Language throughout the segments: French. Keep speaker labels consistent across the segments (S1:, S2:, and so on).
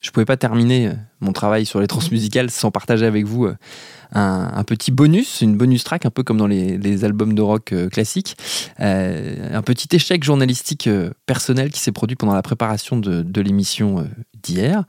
S1: Je pouvais pas terminer euh, mon travail sur les transmusicales sans partager avec vous euh, un, un petit bonus, une bonus track, un peu comme dans les, les albums de rock euh, classiques. Euh, un petit échec journalistique euh, personnel qui s'est produit pendant la préparation de, de l'émission euh, d'hier.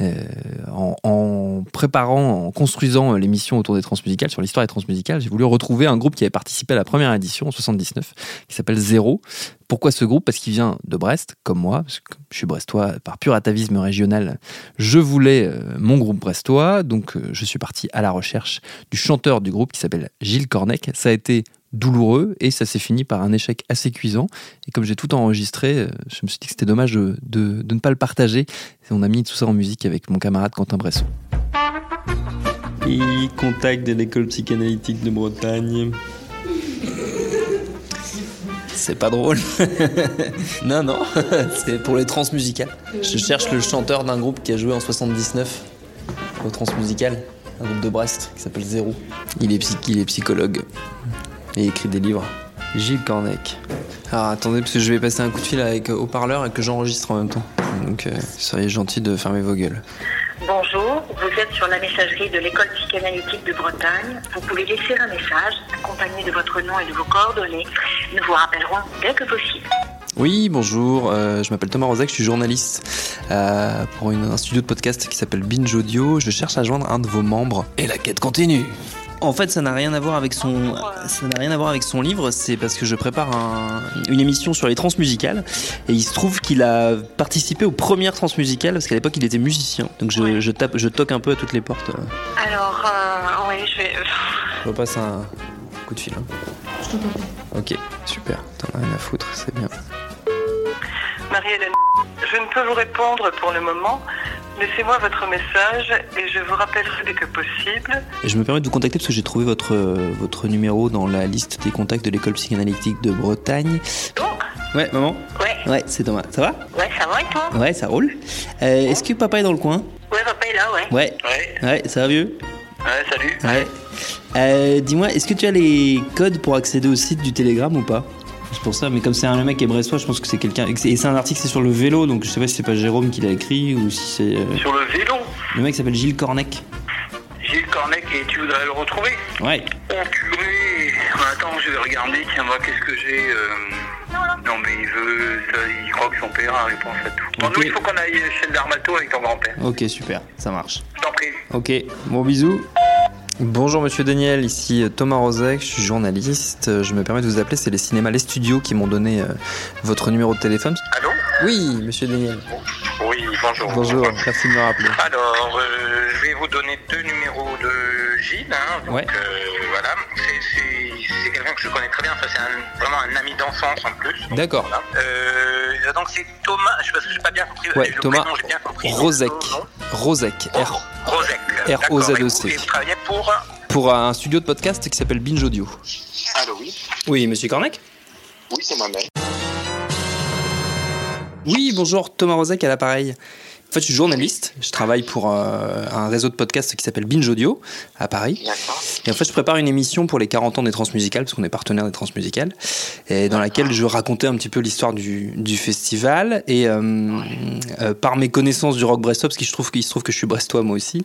S1: Euh, en, en préparant, en construisant euh, l'émission autour des transmusicales, sur l'histoire des transmusicales, j'ai voulu retrouver un groupe qui avait participé à la première édition en 79, qui s'appelle Zéro. Pourquoi ce groupe Parce qu'il vient de Brest, comme moi, parce que je suis brestois par pur atavisme régional. Je voulais euh, mon groupe brestois, donc euh, je suis parti à la recherche du chanteur du groupe qui s'appelle Gilles Cornec. Ça a été douloureux et ça s'est fini par un échec assez cuisant. Et comme j'ai tout enregistré, euh, je me suis dit que c'était dommage de, de- de ne pas le partager. Et on a mis tout ça en musique avec mon camarade Quentin Bresson.
S2: Et contact de l'école psychanalytique de Bretagne.
S3: C'est pas drôle. non, non, c'est pour les transmusicales. Je cherche le chanteur d'un groupe qui a joué en 79 au transmusical, un groupe de Brest qui s'appelle Zéro. Il est, psy- il est psychologue et il écrit des livres. Gilles Cornec. Alors Ah, attendez, parce que je vais passer un coup de fil avec euh, haut-parleur et que j'enregistre en même temps. Donc, euh, soyez gentils de fermer vos gueules.
S4: Bonjour, vous êtes sur la messagerie de l'école psychanalytique de Bretagne. Vous pouvez laisser un message accompagné de votre nom et de vos coordonnées. Nous vous rappellerons dès que possible.
S3: Oui, bonjour, euh, je m'appelle Thomas Rozek, je suis journaliste euh, pour une- un studio de podcast qui s'appelle Binge Audio. Je cherche à joindre un de vos membres. Et la quête continue En fait, ça n'a rien à voir avec son, ça n'a rien à voir avec son livre, c'est parce que je prépare un- une émission sur les transmusicales et il se trouve qu'il a participé aux premières transmusicales parce qu'à l'époque il était musicien. Donc je, je tape, je toque un peu à toutes les portes.
S4: Alors, euh, oui, je vais...
S3: Je repasse un coup de fil. hein. Ok, super, t'en as rien à foutre, c'est bien.
S5: Marie-Hélène, je ne peux vous répondre pour le moment. Laissez-moi votre message et je vous rappellerai dès que possible.
S3: Et Je me permets de vous contacter parce que j'ai trouvé votre, euh, votre numéro dans la liste des contacts de l'école psychanalytique de Bretagne.
S4: Donc,
S3: Ouais, maman
S4: ouais,
S3: Ouais, c'est Thomas. Ça va
S4: ouais, ça va et toi
S3: Ouais, ça roule. Euh, Est-ce que papa est dans le coin
S4: Ouais, papa est là, ouais.
S3: Ouais.
S5: Ouais,
S3: Ouais, ça va vieux
S5: ouais salut.
S3: Ouais. Euh, Dis-moi, est-ce que tu as les codes pour accéder au site du Telegram ou pas C'est pour ça, mais comme c'est un le mec qui est brestois, je pense que c'est quelqu'un. Et c'est un article, c'est sur le vélo, donc je sais pas si c'est pas Jérôme qui l'a écrit ou si c'est. euh,
S5: Sur le vélo,
S3: Le mec s'appelle Gilles Cornec.
S5: Gilles Cornec, et tu voudrais le retrouver
S3: Ouais.
S5: Oh purée Attends, je vais regarder, tiens, moi, qu'est-ce que j'ai euh, Non, mais il veut... ça, il croit que son père a réponse à tout. Bon,
S3: Ok.
S5: nous, il faut qu'on aille chez le Darmato avec ton grand-père.
S3: Ok, super, ça marche.
S5: Je t'en prie.
S3: Ok, bon bisous. Bonjour Monsieur Daniel, ici euh, Thomas Rozek, je suis journaliste. Euh, Je me permets de vous appeler, c'est les cinémas Les Studios qui m'ont donné euh, votre numéro de téléphone.
S5: Allô
S3: Oui, Monsieur Daniel.
S5: Oui, bonjour.
S3: Bonjour, merci de me rappeler.
S5: Alors, euh, je vais vous donner deux numéros de Gilles. hein, donc,
S3: Ouais.
S5: euh, voilà. C'est- C'est c'est quelqu'un que je connais très bien. Ça, c'est un- vraiment un ami d'enfance en plus. Donc,
S3: D'accord.
S5: voilà. Euh, donc, c'est Thomas. Je parce que j'ai pas bien compris.
S3: Ouais,
S5: le
S3: Thomas
S5: prénom, j'ai bien compris.
S3: Rozek.
S5: Le nom.
S3: Rozek, R. E
S5: Rozek. D'accord.
S6: bah,
S3: R-O-Z-E-C.
S5: Et vous- et vous travaillez
S6: euh,
S5: pour.
S3: Pour un studio de podcast qui s'appelle Binge Audio.
S6: Allô, oui.
S3: Oui, Monsieur Cornec
S6: Oui, c'est moi-même.
S3: Oui, bonjour, Thomas Rozek à l'appareil. En fait, je suis journaliste. Je travaille pour euh, un réseau de podcasts qui s'appelle Binge Audio à Paris.
S6: D'accord.
S3: Et en fait, je prépare une émission pour les 40 ans des transmusicales, parce qu'on est partenaire des transmusicales, et dans laquelle je racontais un petit peu l'histoire du, du festival. Et euh, euh, par mes connaissances du rock brestois, parce qu'il se trouve, qu'il se trouve que je suis brestois moi aussi,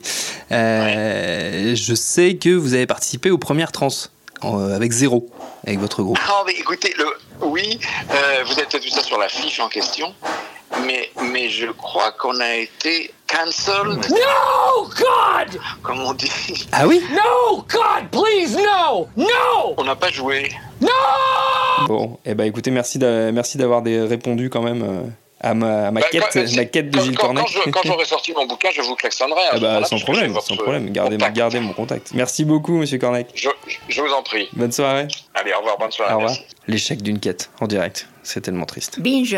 S3: euh, je sais que vous avez participé aux premières trans, en- euh, avec zéro, avec votre groupe.
S6: Ah, mais écoutez, le... oui, euh, vous avez peut-être vu ça sur la fiche en question, mais, mais je crois qu'on a été cancelled,
S7: No, God!
S6: comme on dit.
S3: Ah oui
S7: No, Oh, God, please, no! No!
S6: On n'a pas joué.
S3: Bon, et ben écoutez, merci d'a- merci d'avoir des- répondu quand même euh, à ma, à ma
S6: Bah,
S3: quête,
S6: quand-
S3: ma quête de
S6: quand-
S3: Gilles
S6: quand-
S3: Cornet.
S6: Quand je- quand j'aurai sorti mon bouquin, je vous klaxonnerai. à
S3: Ah
S6: ce
S3: bah,
S6: moment-là, parce
S3: sans
S6: que j'ai
S3: problème,
S6: votre
S3: sans problème. Gardez,
S6: contact.
S3: gardez mon contact. Merci beaucoup, monsieur Cornec.
S6: Je, je vous en prie.
S3: Bonne soirée.
S6: Allez, au revoir, bonne soirée.
S3: Au
S6: Bah, merci.
S3: revoir. L'échec d'une quête en direct, c'est tellement triste.
S8: Binge.